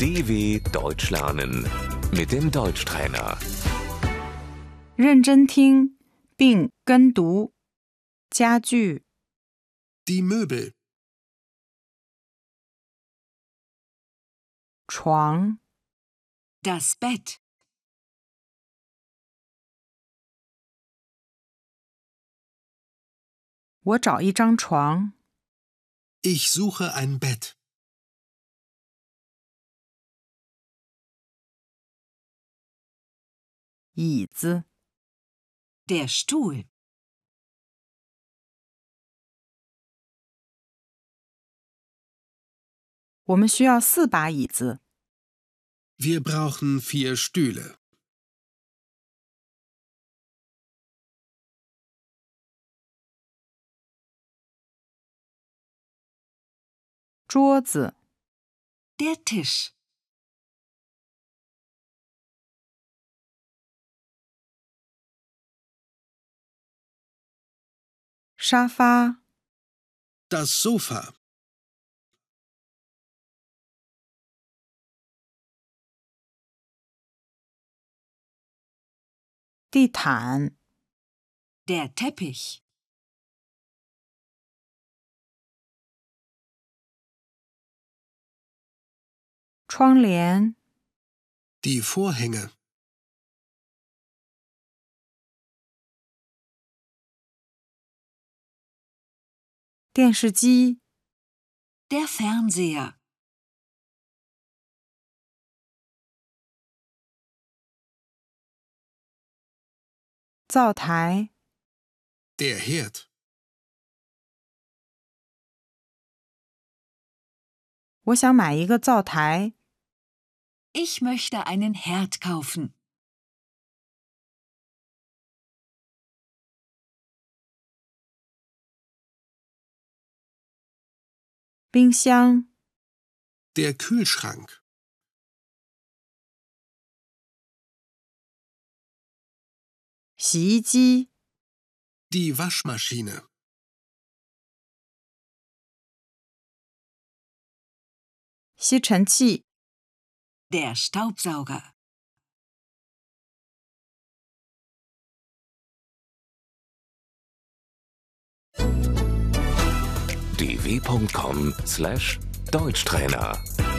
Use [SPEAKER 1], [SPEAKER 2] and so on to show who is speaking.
[SPEAKER 1] DW Deutsch lernen mit dem Deutschtrainer.
[SPEAKER 2] 认真听并跟读。家具、
[SPEAKER 3] Die Möbel,
[SPEAKER 2] 床、
[SPEAKER 4] Das Bett,
[SPEAKER 2] «我找一张床、
[SPEAKER 3] ich suche ein Bett,
[SPEAKER 2] 椅子、
[SPEAKER 4] der Stuhl,
[SPEAKER 2] 我们需要四把椅子、
[SPEAKER 3] wir brauchen vier Stühle,
[SPEAKER 2] 桌子、
[SPEAKER 4] der Tisch,
[SPEAKER 2] 沙发、
[SPEAKER 3] das Sofa,
[SPEAKER 2] 地毯、
[SPEAKER 4] der Teppich,
[SPEAKER 2] 窗帘、
[SPEAKER 3] die Vorhänge,
[SPEAKER 2] 电视机、
[SPEAKER 4] der Fernseher,
[SPEAKER 2] 灶台、
[SPEAKER 3] der Herd,
[SPEAKER 2] 我想买一个灶台、
[SPEAKER 4] ich möchte einen Herd kaufen,
[SPEAKER 2] 冰箱、
[SPEAKER 3] der Kühlschrank,
[SPEAKER 2] 洗衣机、
[SPEAKER 3] die Waschmaschine,
[SPEAKER 2] 吸尘器、
[SPEAKER 4] der Staubsauger,
[SPEAKER 1] dw.com/deutschtrainer